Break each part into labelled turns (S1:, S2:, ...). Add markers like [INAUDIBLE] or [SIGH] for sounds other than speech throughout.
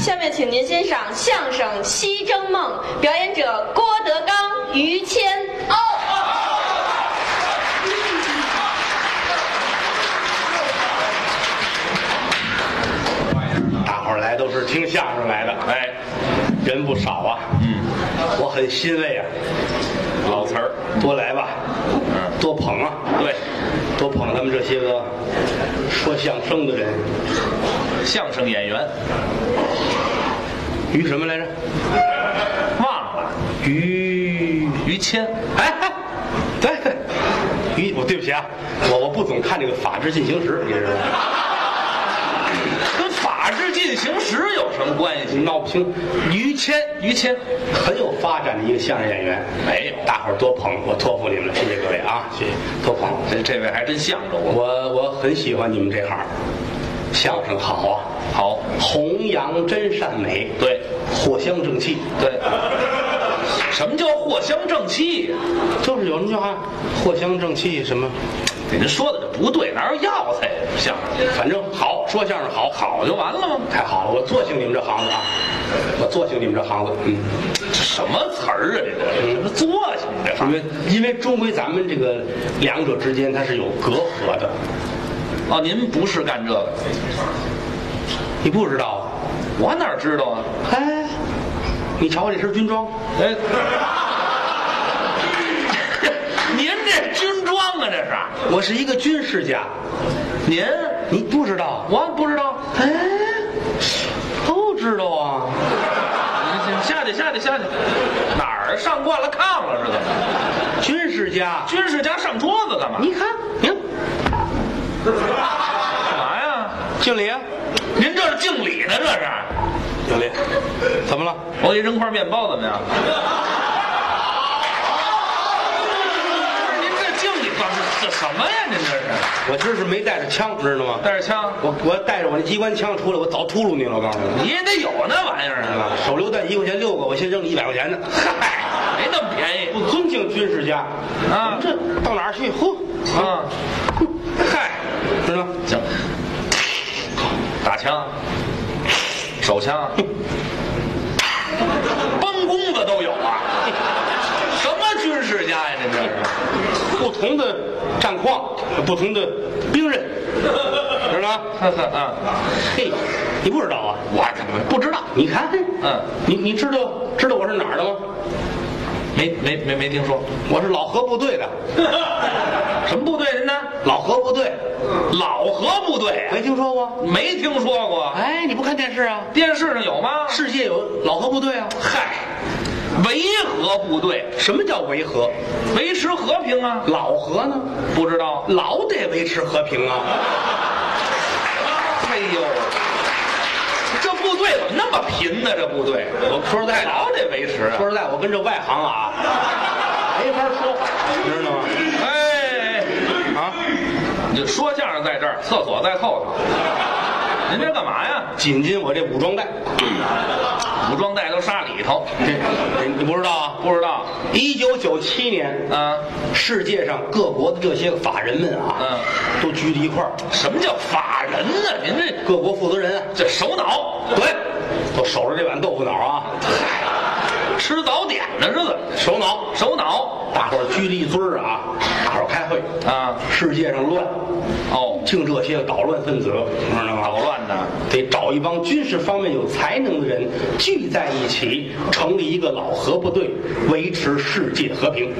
S1: 下面请您欣赏相声《西征梦》，表演者郭德纲、于谦、哦欧。
S2: 大伙儿来都是听相声来的，哎，人不少啊，嗯，我很欣慰啊，
S3: 老词儿，
S2: 多来吧，
S3: 嗯，
S2: 多捧啊，
S3: 对，
S2: 多捧咱们这些个说相声的人，
S3: 相声演员
S2: 于什么来着？
S3: 忘了
S2: 于，
S3: 于谦，
S2: 哎哎，对对，于，我对不起啊，我我不总看这个《法制进行时》，你知道吗？
S3: 跟《法制进行时》有什么关系？
S2: 闹不清，
S3: 于谦，于谦，哎
S2: 很有发展的一个相声演员，
S3: 没有，
S2: 大伙儿多捧，我托付你们了，谢谢各位啊，哎谢谢，多捧。
S3: 这这位还真向着我，
S2: 我我很喜欢你们这行，相声好啊，
S3: 好，
S2: 弘扬真善美，
S3: 对
S2: 藿香正气，
S3: 对，什么叫藿香正气呀？
S2: 就是有人叫啊，藿香正气什么，
S3: 您说的这不对，哪有药材呀？相声
S2: 反正好，说相声好，好
S3: 好就完了吗？
S2: 太好了，我做兴你们这行子啊，我做兴你们这行子，嗯，
S3: 这什么词儿啊？这这什么作性？啊这
S2: 因为因为终归咱们这个两者之间它是有隔阂的，
S3: 哦，您不是干这个，
S2: 你不知道啊？
S3: 我哪知道啊？
S2: 哎，你瞧我这身军装，
S3: 哎， [LAUGHS] 您这军装啊，这是
S2: 我是一个军事家，
S3: 您，
S2: 你不知道啊？
S3: 我不知道。
S2: 哎，都知道啊。
S3: 您下去下去下去，哪儿上惯了炕了是怎么？
S2: 军事家，
S3: 军事家上桌子干嘛？
S2: 你看，你看，
S3: 干嘛呀？
S2: 经理啊，
S3: 您这是敬礼呢，这是？
S2: 经理，怎么了？
S3: 我给你扔块面包怎么样？ [LAUGHS] 不是您这敬礼，不是这什么呀？您这是
S2: 我今儿是没带着枪，知道吗？
S3: 带着枪，
S2: 我我带着我那机关枪出来，我早秃噜你了，我告诉你。
S3: 你也得有那玩意儿啊！
S2: 啊，手榴弹一块钱六个，我先扔你一百块钱的。嗨，
S3: 没那么便宜
S2: 不尊敬军事家，
S3: 啊
S2: 我们这到哪儿去？嚯，
S3: 啊！
S2: 嗨，知道吗？
S3: 行，打枪，手枪，崩弓子都有啊！什么军事家呀？您这是？
S2: 不同的战况，不同的兵刃，知道吗？
S3: 嗯，
S2: 嘿，你不知道啊？
S3: 我可不
S2: 不知道，你看，
S3: 嗯，
S2: 你你知道知道我是哪儿的吗？
S3: 没没没没听说
S2: 我是老河部队
S3: [LAUGHS]
S2: 的，
S3: 什么部队人呢？
S2: 老河部队
S3: 老河部队啊
S2: 没听说过？
S3: 没听说过，
S2: 哎，你不看电视啊？
S3: 电视上有吗？
S2: 世界有老河部队啊？
S3: 嗨，维和部队
S2: 什么叫维和？
S3: 维持和平啊？
S2: 老和呢？
S3: 不知道？
S2: 老得维持和平啊！
S3: 哎呦，这部队怎么那么贫呢？这部队，
S2: 我说实在的，
S3: 老得维持啊。
S2: 说实在，我跟这外行啊，没法说，你知道吗？
S3: 哎，
S2: 啊，
S3: 你就说相声在这儿，厕所在后头。您这干嘛呀？
S2: 紧紧我这武装带，
S3: 武装带都杀里头，
S2: 你你不知道啊？
S3: 不知道
S2: 一九九七年，呃
S3: 啊？
S2: 世界上各国的这些个法人们啊，
S3: 嗯
S2: 都聚在一块儿，
S3: 什么叫法人呢、您这
S2: 各国负责人啊，
S3: 这首脑
S2: 对，都守着这碗豆腐脑啊，
S3: 吃早点呢，是怎么？
S2: 首脑，
S3: 首脑
S2: 大伙儿聚了一堆儿啊，大伙儿开会，
S3: 啊？
S2: 世界上乱，
S3: 哦，
S2: 净这些个捣乱分子，你知道吗？
S3: 捣乱呢？
S2: 得找一帮军事方面有才能的人聚在一起，成立一个老核部队，维持世界和平。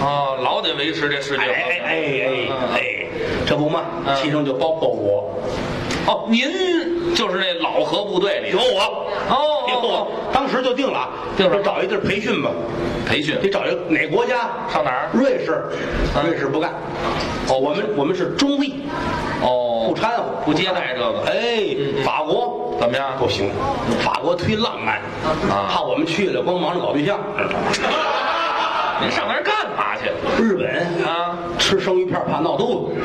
S3: 哦，老得维持这世界
S2: 哎
S3: 和
S2: 哎
S3: 平。
S2: 哎哎哎，这不嘛，
S3: 嗯
S2: 其中就包括我，
S3: 哦，您就是那老河部队里
S2: 有
S3: 头
S2: 我，
S3: 哦
S2: 有我，当时就定了啊，
S3: 定了
S2: 就找一地儿培训吧，
S3: 培训
S2: 得找一个哪国家？
S3: 上哪儿？
S2: 瑞士，
S3: 嗯
S2: 瑞士不干。哦，我们我们是中立，
S3: 哦
S2: 不，掺和，
S3: 不接待这个嗯
S2: 哎，法国
S3: 怎么样
S2: 不行，法国忒浪漫，
S3: 啊嗯
S2: 怕我们去了光忙着搞对象。
S3: 您上那儿干嘛去？
S2: 日本
S3: 啊，嗯
S2: 吃生鱼片怕闹肚子，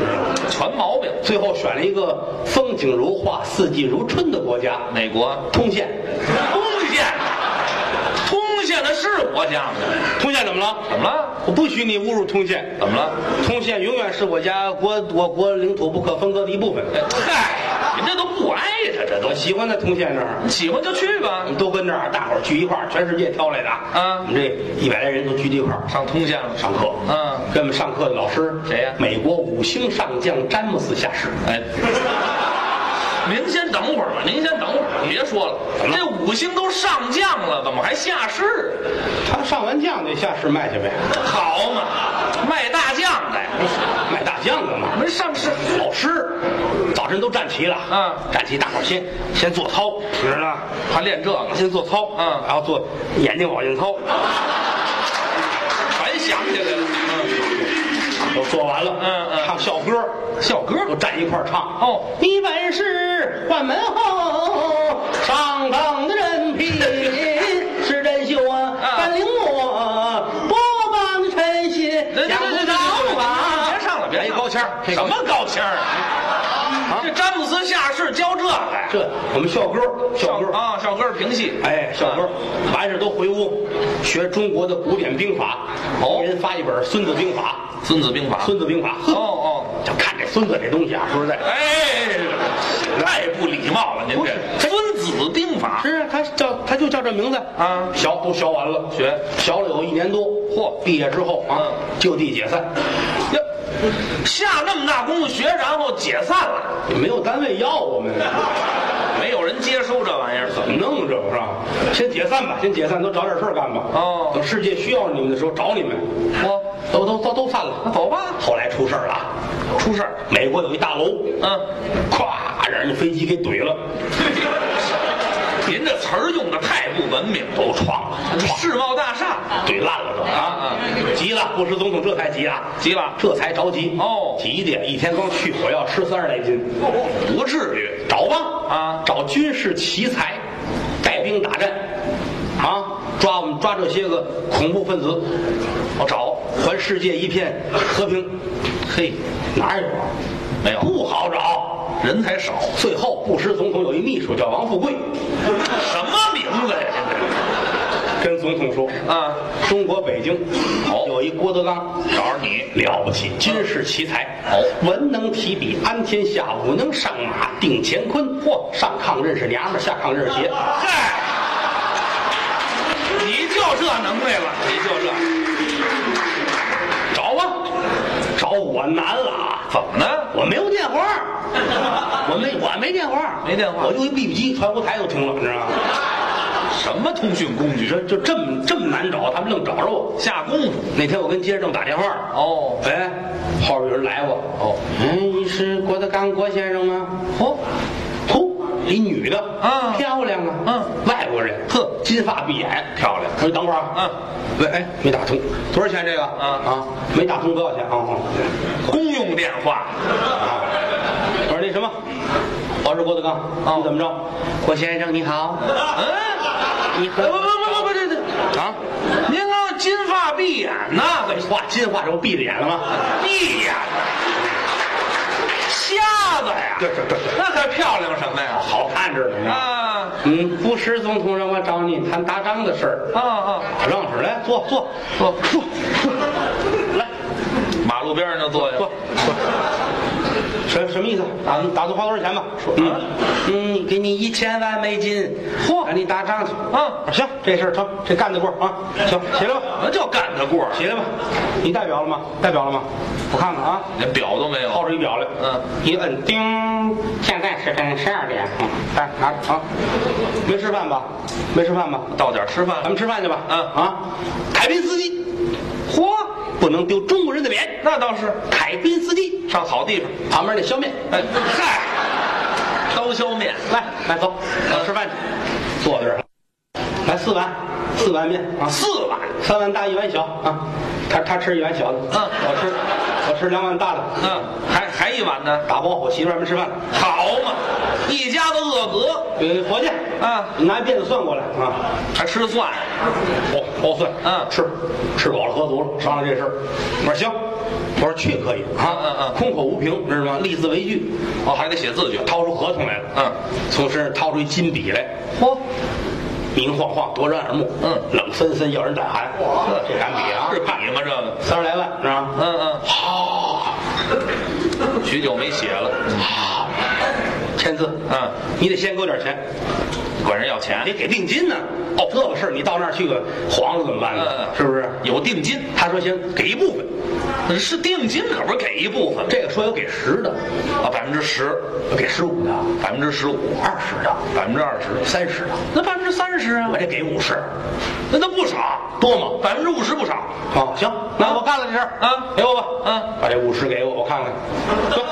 S3: 全毛病。
S2: 最后选了一个风景如画、四季如春的国家
S3: 哪国？
S2: ——通县。
S3: 通县，通县那是国家吗？
S2: 通县怎么了？
S3: 怎么了？
S2: 我不许你侮辱通县。
S3: 怎么了？
S2: 通县永远是我家国我国领土不可分割的一部分。
S3: 哎嗨，您这都不挨着，这都
S2: 我喜欢的同县那儿，
S3: 喜欢就去吧
S2: 我。们都跟这儿大伙儿聚一块儿，全世界挑来的
S3: 啊
S2: 我们这一百来人都聚一块儿
S3: 上通县了，
S2: 上课，
S3: 嗯
S2: 给我们上课的老师
S3: 谁呀
S2: 美国五星上将詹姆斯下士。
S3: 哎，您先等会儿吧，您先等会儿，别说了
S2: 怎，么了
S3: 这五星都上将了，怎么还下士？
S2: 他上完将得下士卖去
S3: [LAUGHS]
S2: 呗，
S3: 好嘛，卖大将的呀，
S2: 卖大将干嘛？
S3: 没上市。
S2: 老师早晨都站齐了，
S3: 嗯
S2: 站齐，大伙儿先先做操，你知道吗？
S3: 还练这个，
S2: 先做操，
S3: 嗯
S2: 然后做眼睛往前操，
S3: 全想起来了。
S2: 都做完了，
S3: 嗯嗯
S2: 唱校歌，
S3: 嗯，校歌
S2: 都站一块儿唱。
S3: 哦
S2: 你本是宦门后，上当的人品是真秀啊，
S3: 啊
S2: 敢领我不帮臣心，
S3: 对对
S2: 想
S3: 对
S2: 不
S3: 对
S2: 到吧？
S3: 别上了，别
S2: 来一
S3: 上了
S2: 高腔儿，
S3: 什么高腔儿啊？这詹姆斯下士教这个呀？
S2: 这我们校歌，校歌。
S3: 啊，校歌是啊评戏。
S2: 哎，校歌，完事都回屋学中国的古典兵法。
S3: 哦
S2: 一人发一本《孙子兵法
S3: 《孙子兵法》》。
S2: 孙子兵法。呵
S3: 哦哦，
S2: 就看这孙子这东西啊，说实在，
S3: 哎，太不礼貌了，您
S2: 不
S3: 这
S2: 是
S3: 《孙子兵法》
S2: 是啊，他叫他就叫这名字
S3: 啊
S2: 学都学完了，
S3: 学
S2: 学了有一年多，
S3: 嚯
S2: 毕业之后啊
S3: 嗯，
S2: 就地解散，
S3: 哟，下那么大功夫学，然后解散了，
S2: 也没有单位要我们，
S3: 没有人接收这玩意儿，
S2: 怎么弄这个是吧？先解散吧，先解散，都找点事儿干吧。
S3: 哦
S2: 等世界需要你们的时候找你们，
S3: 我
S2: 都都都都散
S3: 那
S2: 了。
S3: 走吧，
S2: 后来出事儿了啊，
S3: 出事儿，
S2: 美国有一大楼，
S3: 嗯，
S2: 咵让人家飞机给怼了，
S3: 您这词儿用的太不文明了，
S2: 都撞了，
S3: 世贸大厦
S2: 怼烂了都
S3: 啊啊，
S2: 急了，布什总统这才急啊，
S3: 急了，
S2: 这才着急
S3: 哦
S2: 急的呀一天光去火药吃三十来斤，
S3: 不至于，
S2: 找吧
S3: 啊
S2: 找军事奇才，带兵打战，啊，抓我们抓这些个恐怖分子，我找还世界一片和平，
S3: 嘿，
S2: 哪有？
S3: 没有
S2: 不好找。
S3: 人才少，
S2: 最后，布什总统有一秘书叫王富贵，
S3: 什么名字呀？
S2: 跟总统说
S3: 这个啊，
S2: 中国北京好有一郭德纲，
S3: 找着你，
S2: 了不起，军事奇才，
S3: 哦
S2: 文能提笔安天下，武能上马定乾坤。嚯，上炕认识娘们儿，下炕认识鞋。
S3: 嗨，你就这能耐了，你就这，
S2: 找吧，找我难了啊！
S3: 怎么呢？
S2: 我没有电话，我没我没电话，
S3: 没电话
S2: 我就一 BB 机，传呼台就停了，你知道吗？
S3: 什么通讯工具？
S2: 这就这么这么难找，他们愣找着我。
S3: 下功夫
S2: 那天我跟街上正打电话，
S3: 哦，
S2: 哎，后边有人来我，哦，哎，你是郭德纲郭先生吗？
S3: 嚯、
S2: 呼，一女的，
S3: 嗯
S2: 漂亮啊，
S3: 嗯，
S2: 外国人，
S3: 呵
S2: 金发碧眼，漂亮。我说等会儿啊，
S3: 嗯，
S2: 喂，哎，没打通，多少钱这个？
S3: 嗯
S2: 啊，没打通多少钱啊？啊
S3: 公用电话，
S2: 啊！我说那什么，我是郭德纲，
S3: 哦
S2: 你怎么着？郭先生你好，
S3: 嗯，
S2: 你
S3: 不
S2: 和
S3: 不不不不，这这，
S2: 啊，
S3: 您刚金发碧眼呐，
S2: 废话，金话这不闭着眼了吗？
S3: 碧眼，瞎子呀，
S2: 对对对对
S3: 那还漂亮什么呀？
S2: 好看着呢啊！
S3: 啊
S2: 嗯，布什总统让我找你谈打仗的事儿。
S3: 啊啊！
S2: 打仗的事儿，来坐坐
S3: 坐
S2: 坐坐，来
S3: 马路边上就坐下，
S2: 坐坐。什什么意思？打打算花多少钱吧？嗯嗯，给你一千万美金，
S3: 嚯
S2: 让你打仗去。啊
S3: 嗯
S2: 行，这事儿成，这干得过啊。行，起来吧。
S3: 什么叫干得过？
S2: 起来吧，你代表了吗？代表了吗？我看看啊，
S3: 连表都没
S2: 掏
S3: 有，
S2: 出一表来，
S3: 嗯，
S2: 一摁，叮，现在时辰十二点，嗯，来拿着啊，没吃饭吧？没吃饭吧？
S3: 到点儿吃
S2: 咱
S3: 饭。
S2: 们吃饭去吧。
S3: 嗯
S2: 啊，凯宾斯基，
S3: 嚯，
S2: 不能丢中国人的脸。
S3: 那倒是
S2: 凯宾斯基
S3: 上好地方。
S2: 旁边那削面，
S3: 哎嗨，刀削面，
S2: 来来走，
S3: 嗯
S2: 吃饭去，坐在这儿，来四碗，四碗面啊，
S3: 四碗，
S2: 三碗大一碗小啊，他他吃一碗小的，
S3: 嗯
S2: 我吃我吃两碗大的，
S3: 嗯，还还一碗呢，
S2: 打包我媳妇儿外面吃饭。
S3: 好嘛，一家子饿格，
S2: 呃，伙计，
S3: 啊
S2: 拿一辫子蒜过来啊，
S3: 还吃蒜，
S2: 包包蒜，
S3: 嗯
S2: 哦吃吃饱了喝足了，商量这事儿。我说行，我说去可以啊，
S3: 嗯嗯
S2: 空口无凭，知道吗？立字为据，
S3: 哦，还得写字据，
S2: 掏出合同来了，
S3: 嗯，
S2: 从身上掏出一金笔来，
S3: 嚯，
S2: 明晃晃，夺人耳目，
S3: 嗯
S2: 冷森森，要人胆寒。这杆笔啊
S3: 是，笔吗？这个，啊
S2: 三十来万是吧？
S3: 嗯嗯，好，许久没写了，
S2: 签签字，
S3: 嗯
S2: 你得先给我点钱，
S3: 管人要钱
S2: 得，给定金呢。哦，这个事儿你到那儿去个黄了怎么办呢？
S3: 嗯
S2: 是不是？
S3: 有定金，
S2: 他说行，给一部分，
S3: 是定金，可不是给一部分，
S2: 这个说有给十的，
S3: 啊百分之十，
S2: 有给十五的，
S3: 百分之十五，
S2: 二十的，
S3: 百分之二十，
S2: 三十的，
S3: 那百分之三十啊
S2: 我，这给五十，
S3: 那那不少，
S2: 多吗？
S3: 百分之五十不少，
S2: 哦，行，
S3: 嗯
S2: 那我干了这事儿
S3: 啊
S2: 给我吧，
S3: 啊，
S2: 把这五十给我，我
S3: [LAUGHS]
S2: 看看。对，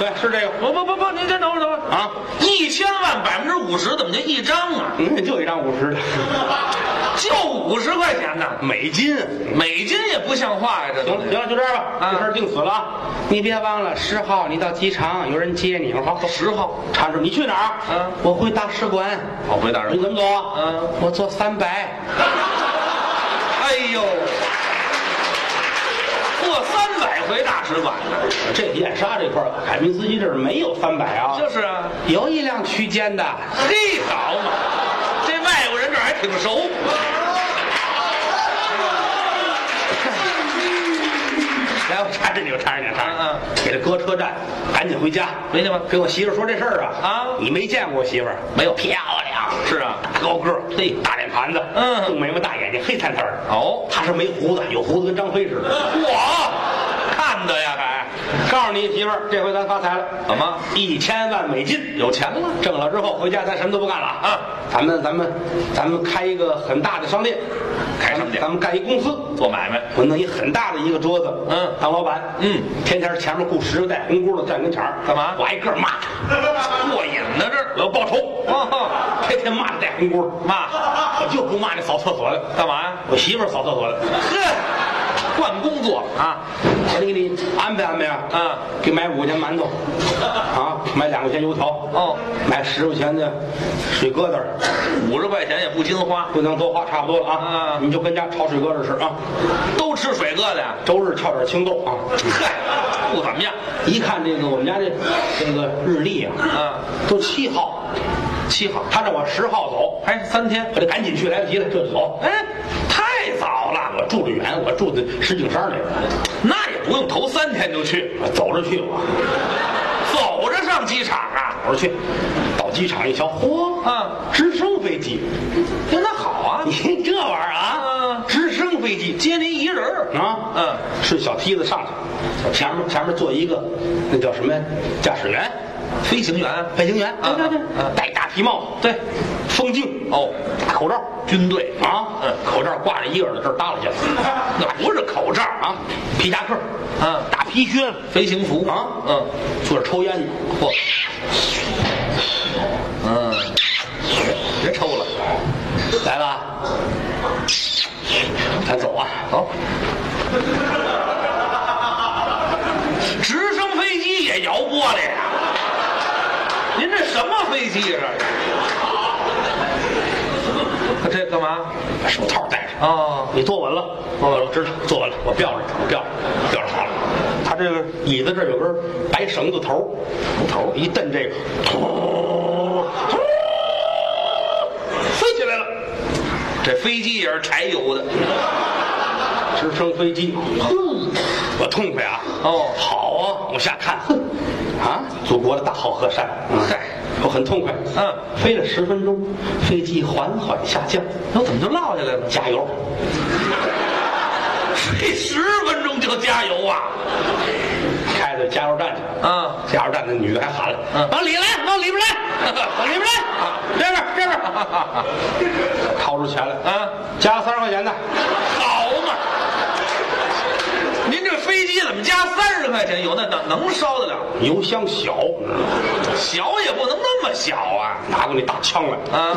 S2: 对，是这个
S3: 不不不不，您先等会儿等会儿啊，
S2: 啊，
S3: 一千万百分之五十怎么就一张啊？
S2: 嗯，就一张五十的
S3: 就五十块钱呢，
S2: 美金。
S3: 美金也不像话呀，这
S2: 行
S3: 东
S2: 了
S3: 西
S2: 行了，就这样吧，
S3: 啊
S2: 这事儿定死了啊！你别忘了十号你到机场，有人接你。我说好，
S3: 十号，
S2: 常志，你去哪儿？
S3: 嗯
S2: 我回大使馆。
S3: 我回大使馆
S2: 你怎么走啊？
S3: 嗯，
S2: 我坐三百。
S3: 哎呦，过三百回大使馆呢，
S2: 这燕莎这块儿，海滨斯基这儿没有三百啊，
S3: 就是啊，
S2: 有一辆区间的。
S3: 嘿，好嘛，这外国人这儿还挺熟，
S2: 来，我查着你，我查着你，查着
S3: 嗯
S2: 你，给他搁车站，赶紧啊回家。
S3: 回去吧
S2: 跟我媳妇儿说这事儿啊。
S3: 啊
S2: 你没见过我媳妇儿？
S3: 没有
S2: 漂亮，
S3: 是啊
S2: 大高个儿，嘿，大脸盘子，
S3: 嗯
S2: 重眉毛，大眼睛，黑灿灿的。
S3: 哦，
S2: 她是没胡子，有胡子跟张飞似的。
S3: 我看的呀还
S2: 告诉你媳妇儿，这回咱发财了，
S3: 怎么
S2: 一千万美金，
S3: 有钱了？
S2: 挣了之后回家咱什么都不干了啊
S3: 嗯，
S2: 咱们咱们咱们开一个很大的商店，
S3: 开什么店
S2: 咱们干一公司，
S3: 做买卖，
S2: 我弄一很大的一个桌子，
S3: 嗯
S2: 当老板，
S3: 嗯，
S2: 天天前面雇十个带红箍的站跟前儿，
S3: 干嘛
S2: 我挨个骂
S3: [LAUGHS]
S2: 他，
S3: 过瘾呢这
S2: 我
S3: 儿，
S2: 要报仇，
S3: 哦，
S2: 天天骂那带红箍，
S3: 妈，
S2: [LAUGHS] 我就不骂那扫厕所的，
S3: 干嘛呀？
S2: 我媳妇儿扫厕所的，
S3: 呵，换工作了啊，
S2: 我得给你安排安排啊，
S3: 嗯，
S2: 给买五块钱馒头，啊，买两块钱油条，
S3: 哦，
S2: 买十块钱的水疙瘩儿，
S3: 五十块钱也不禁花，
S2: 不能多花，差不多了啊，
S3: 嗯
S2: 你就跟家炒水疙瘩吃啊，
S3: 都吃水疙瘩呀，
S2: 周日翘点青豆啊，
S3: [LAUGHS] 嗨，不怎么样，
S2: 一看这个我们家这这个日历啊，
S3: 嗯，
S2: 都七号，
S3: 七号
S2: 他让我十号走，
S3: 还哎三天，
S2: 我得赶紧去，来不及了，这就走。
S3: 哎，太早了，
S2: 我住的远，我住的石景山那边，
S3: 那也不用头三天就去，
S2: 我走着去我，
S3: 走着上机场啊，
S2: 走着去，到机场一瞧，嚯，
S3: 嗯，
S2: 直升飞机，
S3: 哎那好啊，
S2: 你这玩意儿啊
S3: 嗯，
S2: 直升飞机
S3: 接您一人儿
S2: 啊，
S3: 嗯，
S2: 顺小梯子上去，前面前面坐一个那叫什么呀？驾驶员，
S3: 飞行员，
S2: 飞行员，
S3: 嗯
S2: 对对
S3: 嗯
S2: 对，戴大皮帽，
S3: 对，
S2: 风镜，
S3: 哦，
S2: 大口罩。
S3: 军队
S2: 啊，
S3: 嗯
S2: 口罩挂着一耳朵这儿耷拉下来，
S3: [LAUGHS]
S2: 那不是口罩啊，皮夹克，
S3: 嗯
S2: 大皮靴
S3: 飞行服
S2: 啊，
S3: 嗯，
S2: 坐着抽烟呢，
S3: 嚯，嗯，别抽了，
S2: 来吧，咱走啊，
S3: 走。直升飞机也摇玻璃呀、
S2: 啊
S3: 您这什么飞机啊？这是这干嘛？
S2: 把手套戴上。
S3: 哦，
S2: 你坐稳了，我我知道，坐稳了，我吊着，我吊着，吊着好了。他这个椅子这儿有根白绳子头，绳头一蹬这个，突突飞起来了，
S3: 这飞机也是柴油的。
S2: 直升飞机，哼，我痛快啊！
S3: 哦
S2: 好啊，往下看，哼，啊，祖国的大好河山，
S3: 嗨
S2: 我很痛快，
S3: 嗯
S2: 飞了十分钟，飞机缓缓下降，
S3: 那怎么就落下来了？
S2: 加油，
S3: 这十分钟就加油啊！
S2: 开到加油站去，
S3: 啊，
S2: 加油站那女的还喊了：“
S3: 嗯
S2: 往里来，往里边来，往里边来，这边这边。”掏出钱来，
S3: 啊，
S2: 加了三十块钱的，
S3: 好嘛！您这飞机怎么加三十块钱油？那能能烧得了？
S2: 油箱小，你知道吗
S3: 小也不能那么小啊！
S2: 拿过那大枪来，
S3: 啊，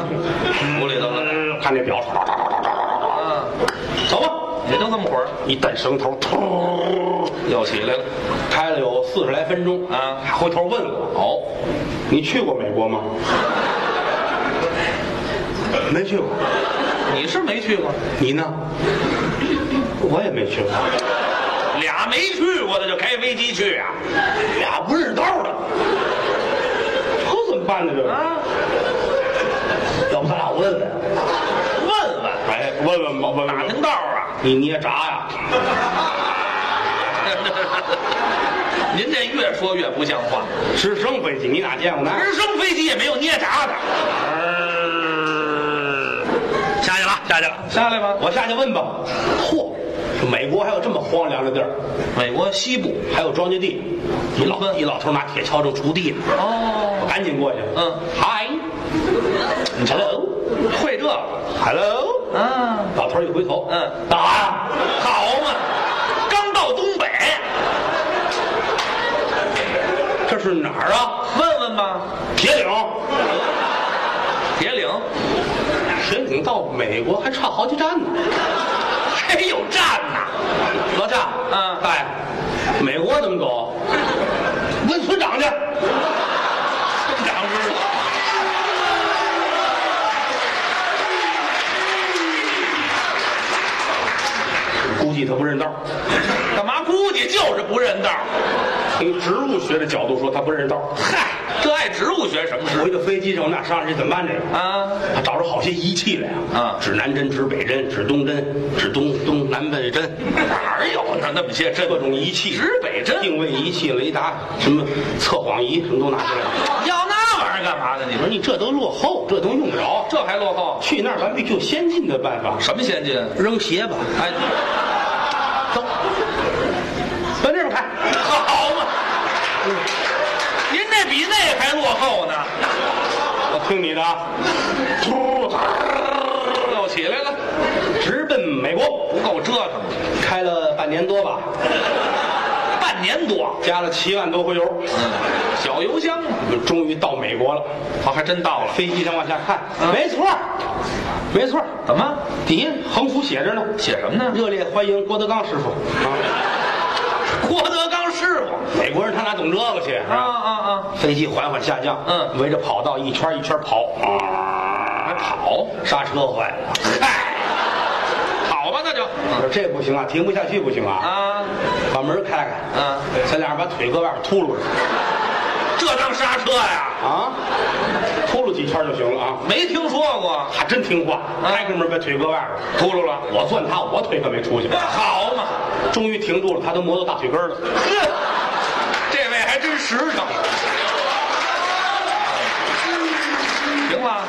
S3: 屋里头了，
S2: 看这表，哒哒哒哒哒哒哒
S3: 啊，
S2: 走吧，
S3: 也就这么会儿，
S2: 一蹬绳头，突，
S3: 又起来了。
S2: 开了有四十来分钟
S3: 啊
S2: 还回头问我
S3: 哦，：“
S2: 你去过美国吗？”没去过，
S3: 你是没去过，
S2: 你呢？我也没去过。
S3: 俩没去过的就开飞机去啊？
S2: 俩不是道的，这怎么办呢？这个，
S3: 啊，
S2: 要不咱俩问问？
S3: 问问
S2: 哎，问问吧，问
S3: 哪
S2: 问吧
S3: 听道啊？
S2: 你捏闸呀？
S3: [LAUGHS] 您这越说越不像话，
S2: 直升飞机你哪见过呢？
S3: 直升飞机也没有捏闸的。
S2: 哎
S3: 下去了，下去了。
S2: 下来吧，我下去问吧。嚯，这美国还有这么荒凉的地儿，
S3: 美国西部
S2: 还有庄稼地，一老一老头拿铁锹正锄地呢，我
S3: 哦，
S2: 赶紧过去。
S3: 嗯
S2: 嗨，hello，hello，
S3: 会这个啊，
S2: 老头一回头，
S3: 嗯
S2: 干啥呀？
S3: 好嘛，刚到东北，
S2: 这是哪儿啊？
S3: 问问吧。
S2: 铁岭，
S3: 铁岭
S2: 铁岭到美国还差好几站呢。
S3: [LAUGHS] 还有站呢，
S2: 老夏，
S3: 嗯
S2: 大爷，美国怎么走？问村长去。
S3: [LAUGHS] 村长知道。
S2: 估计他不认道儿，
S3: 干嘛估计就是不认道儿？
S2: 从植物学的角度说，他不认道儿。
S3: 嗨，这爱植物学什么事
S2: 回到飞机上，我们俩商量这怎么办？这个
S3: 啊？
S2: 他找着好些仪器来啊
S3: 啊
S2: 指南针、指北针、指东针、指东东南北针，
S3: 哪儿有呢？那么些针，
S2: 各种仪器、
S3: 指北针，
S2: 定位仪器、雷达，什么测谎仪，什么都拿出来了。
S3: 要那玩意儿干嘛呢？你
S2: 你说
S3: 说
S2: 你这都落后，这东西用不着。
S3: 这还落后？
S2: 去那儿咱必须有先进的办法，
S3: 什么先进？
S2: 扔鞋吧，
S3: 哎，
S2: 走，往这边看。
S3: 好嘛，您这比那还落后呢。
S2: 我听你的啊，
S3: 又起来了，
S2: 直奔美国，
S3: 不够折腾的，
S2: 开了半年多吧，
S3: 半年多，
S2: 加了七万多回油，
S3: 嗯，小油箱嘛，
S2: 我们终于到美国了。
S3: 好，还真到了。
S2: 飞机上往下看，
S3: 嗯
S2: 没错儿，没错儿，
S3: 怎么
S2: 底下横幅写着呢，
S3: 写什么呢？
S2: [LAUGHS] 热烈欢迎郭德纲师傅啊！
S3: 郭德纲师傅
S2: 美国人他哪懂这个去
S3: 啊
S2: 啊？
S3: 啊啊！
S2: 飞机缓缓下降，
S3: 嗯
S2: 围着跑道一圈一圈跑，啊
S3: 还跑？
S2: 刹车坏了，
S3: 嗨，跑吧，那就
S2: 我说这不行啊，停不下去不行啊，
S3: 啊，
S2: 把门开开，呃
S3: 嗯
S2: 咱俩人把腿搁外边秃噜着
S3: 这当刹车呀？
S2: 啊，秃噜几圈就行了啊。
S3: 没听说过，
S2: 他真听话，
S3: 嗯
S2: 开开门把腿搁外边，
S3: 秃噜了，
S2: 我攥他，我腿可没出去。
S3: 好嘛，
S2: 终于停住了，他都磨到大腿根儿了。
S3: 呵，这位还真实诚。行了，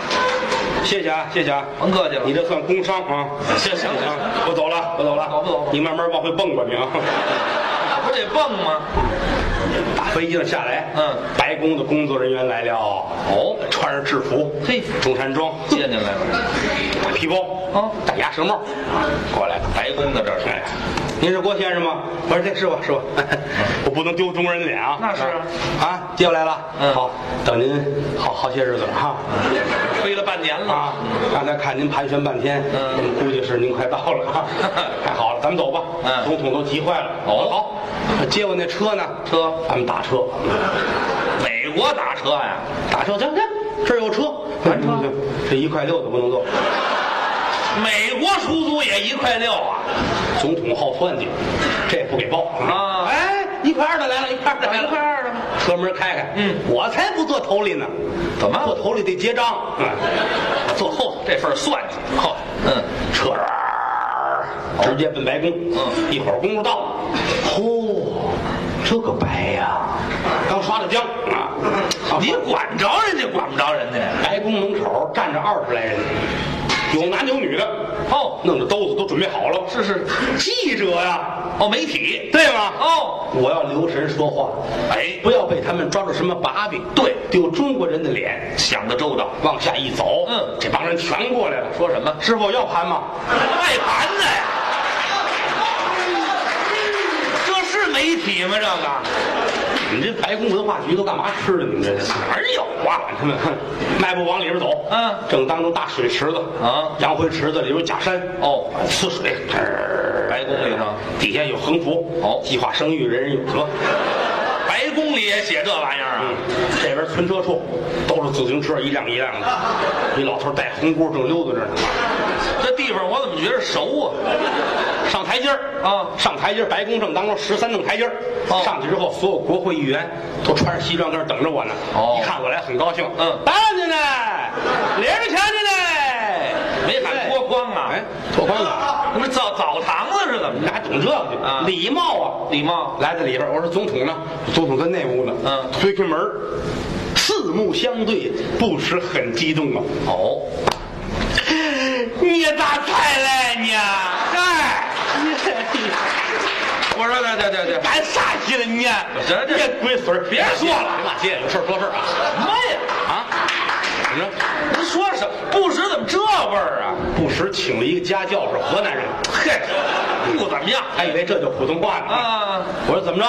S2: 谢谢啊，谢谢啊，
S3: 甭客气了
S2: 你。这算工伤啊！
S3: 行行行
S2: 啊，我走了，我走了，
S3: 走不走
S2: 你慢慢往回蹦吧，你啊。
S3: 不得蹦吗？
S2: 打飞机上下来，
S3: 嗯，
S2: 白宫的工作人员来了，哦，穿着制服，
S3: 嘿
S2: 中山装，
S3: 接进来了，
S2: 大皮包，
S3: 哦
S2: 大鸭舌帽，过来了。
S3: 白宫的这儿
S2: 哎，您是郭先生吗？我说对，是我
S3: [LAUGHS]
S2: 是我，我不能丢中国人的脸啊。
S3: 那是啊
S2: 啊，接过来了，
S3: 嗯
S2: 好，等您好好些日子了哈。
S3: 飞了半年了，
S2: 啊，刚才看您盘旋半天，
S3: 嗯
S2: 嗯，估计是您快到了
S3: [LAUGHS]
S2: 啊，太好了，咱们走吧。
S3: 嗯
S2: 总统都急坏了。
S3: 哦
S2: 好，啊接我那车呢？
S3: 车
S2: 咱们打车，
S3: 美国打车呀，
S2: 打车，行行，这儿有车，咱车。这一块六的不能坐，
S3: 美国出租也一块六啊，
S2: 总统好算计，这也不给报
S3: 啊
S2: 哎，一块二的来了，一块二的来了，
S3: 一块二的吧。
S2: 车门开开，
S3: 嗯啊
S2: 我才不坐头里呢，
S3: 怎么
S2: 坐头里得结账？嗯
S3: 啊
S2: 我坐后头。
S3: 这份儿算计，好，嗯，
S2: 车直接奔白宫。
S3: 嗯
S2: 一会儿功夫到了，嚯、这个白呀、刚刷的浆啊！刚
S3: 你
S2: 刷
S3: 管着人家，管不着人家呀。
S2: 白宫门口站着二十来人，有男有女的，
S3: 哦
S2: 弄着兜子都准备好了。
S3: 是是，
S2: 记者呀、
S3: 哦，媒体，
S2: 对吗？
S3: 哦，
S2: 我要留神说话，
S3: 哎，
S2: 不要被他们抓住什么把柄，
S3: 对
S2: 丢中国人的脸。
S3: 想的周到，
S2: 往下一走，
S3: 嗯
S2: 这帮人全过来了，说
S3: 说什么
S2: 师傅要盘吗？
S3: 卖盘子呀？这是媒体吗？这个
S2: 你们这白宫文化局都干嘛吃的？你们这是
S3: 哪儿有啊？
S2: 他们哼迈步往里边走，
S3: 嗯
S2: 正当中大水池子
S3: 啊
S2: 洋灰池子里有假山，
S3: 哦
S2: 呲水，
S3: 白宫里头
S2: 底下有横幅，
S3: 哦
S2: 计划生育，人人有责。
S3: 白宫里也写这玩意儿啊？
S2: 这边存车处都是自行车，一辆一辆的。一老头带红箍正溜达着呢，
S3: 这地方我怎么觉着熟啊？
S2: 上台阶儿
S3: 啊
S2: 上台阶儿，白宫正当中十三弄台阶儿
S3: 哦
S2: 上去之后，所有国会议员都穿着西装在那儿等着我呢。
S3: 哦
S2: 一看我来很高兴，
S3: 嗯
S2: 办着呢，领着钱着呢。
S3: 没喊郭脱光啊？
S2: 哎，脱光了，
S3: 那不是澡澡堂子是怎么
S2: 你
S3: 着？
S2: 哪懂这个去？
S3: 啊
S2: 礼貌啊，
S3: 礼貌
S2: 来到里边，我说总统呢？总统跟那屋呢。
S3: 嗯
S2: 推开门儿，四目相对，不时很激动啊。
S3: 哦，你咋才来呢？
S2: 啊
S3: 嗨，我说对对对对，
S2: 俺啥去了你？
S3: 这这
S2: 这龟孙儿，
S3: 别说了
S2: 别骂街，有事儿说事儿啊
S3: 什么呀？
S2: 啊！怎么着？
S3: 您说什么？不识怎么这味儿啊？
S2: 不时请了一个家教是河南人，
S3: 嘿，不怎么样
S2: 还以为这叫普通话呢。
S3: 啊。
S2: 我说怎么着？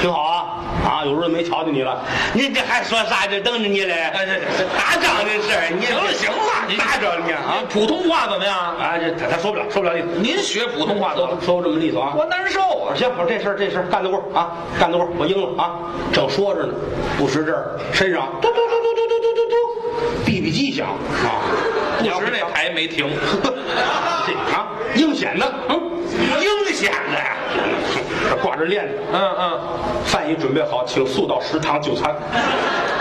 S2: 挺好啊啊！有日子没瞧见你了，你这还说啥？这等着你嘞！
S3: 哎这这
S2: 打仗这事儿，你
S3: 行了行了，您
S2: 打仗你啊
S3: 您！普通话怎么样？
S2: 啊，这他他说不了，说不了利索，
S3: 您学普通话得了，
S2: 说不这么利索啊！
S3: 我难受
S2: 我
S3: 啊！
S2: 说行，我说这事儿这事儿干得过啊，干得过，我应了啊！正说着呢，不时这儿身上嘟嘟嘟嘟嘟嘟嘟嘟嘟，BB 机响啊！不
S3: 当
S2: 时
S3: 时那台没停，
S2: 这啊，应显的，嗯，
S3: 应显的呀。
S2: 这 [LAUGHS] 挂着链子，
S3: 嗯嗯，
S2: 饭已准备好，请速到食堂就餐。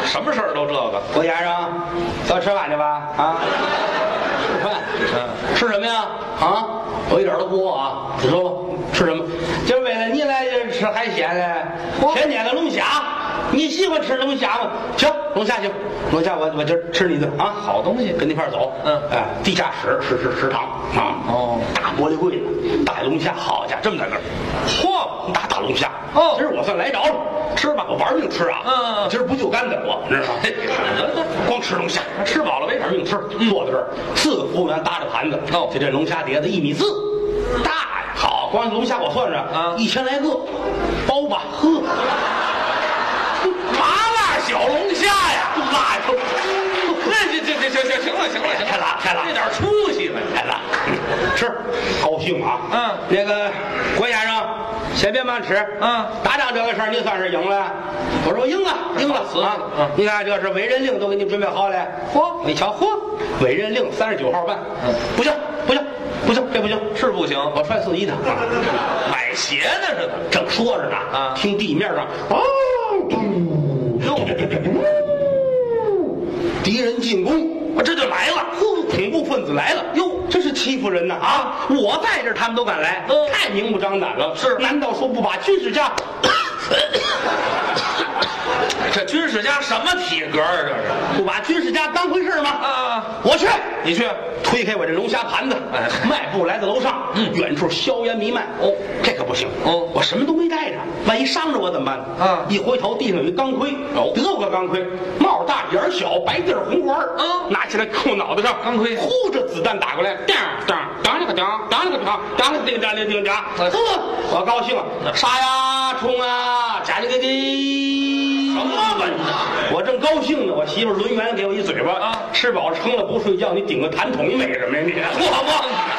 S3: 什么事儿都这个。
S2: 郭先生，咱吃饭去吧啊！吃饭，嗯，吃什么呀？啊，我一点都不饿啊！你说吧，吃什么？今儿为了你来这吃海鲜嘞，前年的龙虾，你喜欢吃龙虾吗？行，龙虾行，龙虾我我今儿吃你一顿啊！好东西，跟你一块儿走。
S3: 嗯
S2: 哎，地下室是是食堂啊。
S3: 哦
S2: 大玻璃柜子，大龙虾，好家伙，这么大个儿，嚯，大大龙虾。
S3: 哦
S2: 今儿我算来着了，吃吧，我玩命吃啊。
S3: 嗯嗯嗯
S2: 今儿不就干的我，啊你知道吗？光吃龙虾，吃饱了没事儿，硬吃。坐在这儿，四个服务员搭着盘子，
S3: 嗯哦嗯
S2: 就这龙虾碟子一米四，大呀！好，光龙虾我算算，
S3: 啊
S2: 一千来个，包吧，呵，
S3: [LAUGHS] 麻辣小龙虾呀！
S2: 辣
S3: [LAUGHS]
S2: 呀，
S3: 那这这这这这行了行了行了，
S2: 太辣太辣
S3: 这点出息吧你。
S2: 太辣，嗯吃，高兴啊！
S3: 嗯
S2: 那个郭先生，先别慢吃。
S3: 嗯
S2: 打仗这个事儿，您算是赢了。我说我赢了，赢了
S3: 好词
S2: 啊！
S3: 嗯
S2: 你看这是委任令都给你准备好了。嚯，我一瞧，嚯，委任令三十九号办，
S3: 嗯
S2: 不行不行不行，这不行，
S3: 是不行，
S2: 我穿四一的。啊
S3: 买鞋呢是怎么？
S2: 正说着呢，
S3: 啊
S2: 听地面上，哦， [LAUGHS] 敌人进攻，啊
S3: 我这就来了。
S2: 呼，恐怖分子来了，哟，这是欺负人呐啊！我在这儿，他们都敢来，
S3: 嗯
S2: 太明目张胆了。
S3: 是
S2: 难道说不把军事家？
S3: 这军事家什么体格啊？这是？
S2: 不把军事家当回事儿吗？
S3: 啊啊啊
S2: 我去，
S3: 你去，
S2: 推开我这龙虾盘子，
S3: 哎
S2: 迈步来到楼上，远处硝烟弥漫，
S3: 哦，
S2: 这可不行，
S3: 哦
S2: 我什么都没带着，万一伤着我怎么办？
S3: 啊
S2: 一回头地上有一钢盔，
S3: 哦
S2: 德国钢盔，帽大眼儿小，白地儿红环儿，
S3: 嗯
S2: 拿起来扣脑袋上，
S3: 钢盔
S2: 呼着子弹打过来，当当当了个当，当了个当，当了个叮当叮叮当，
S3: 哎
S2: 呵，我高兴，杀呀，冲啊，加里个给，
S3: 什么玩意儿？
S2: 我正高兴呢，我媳妇儿抡圆给我一嘴巴
S3: 啊
S2: 吃饱了撑了不睡觉，你顶个痰桶美什么呀你？
S3: 我忘了。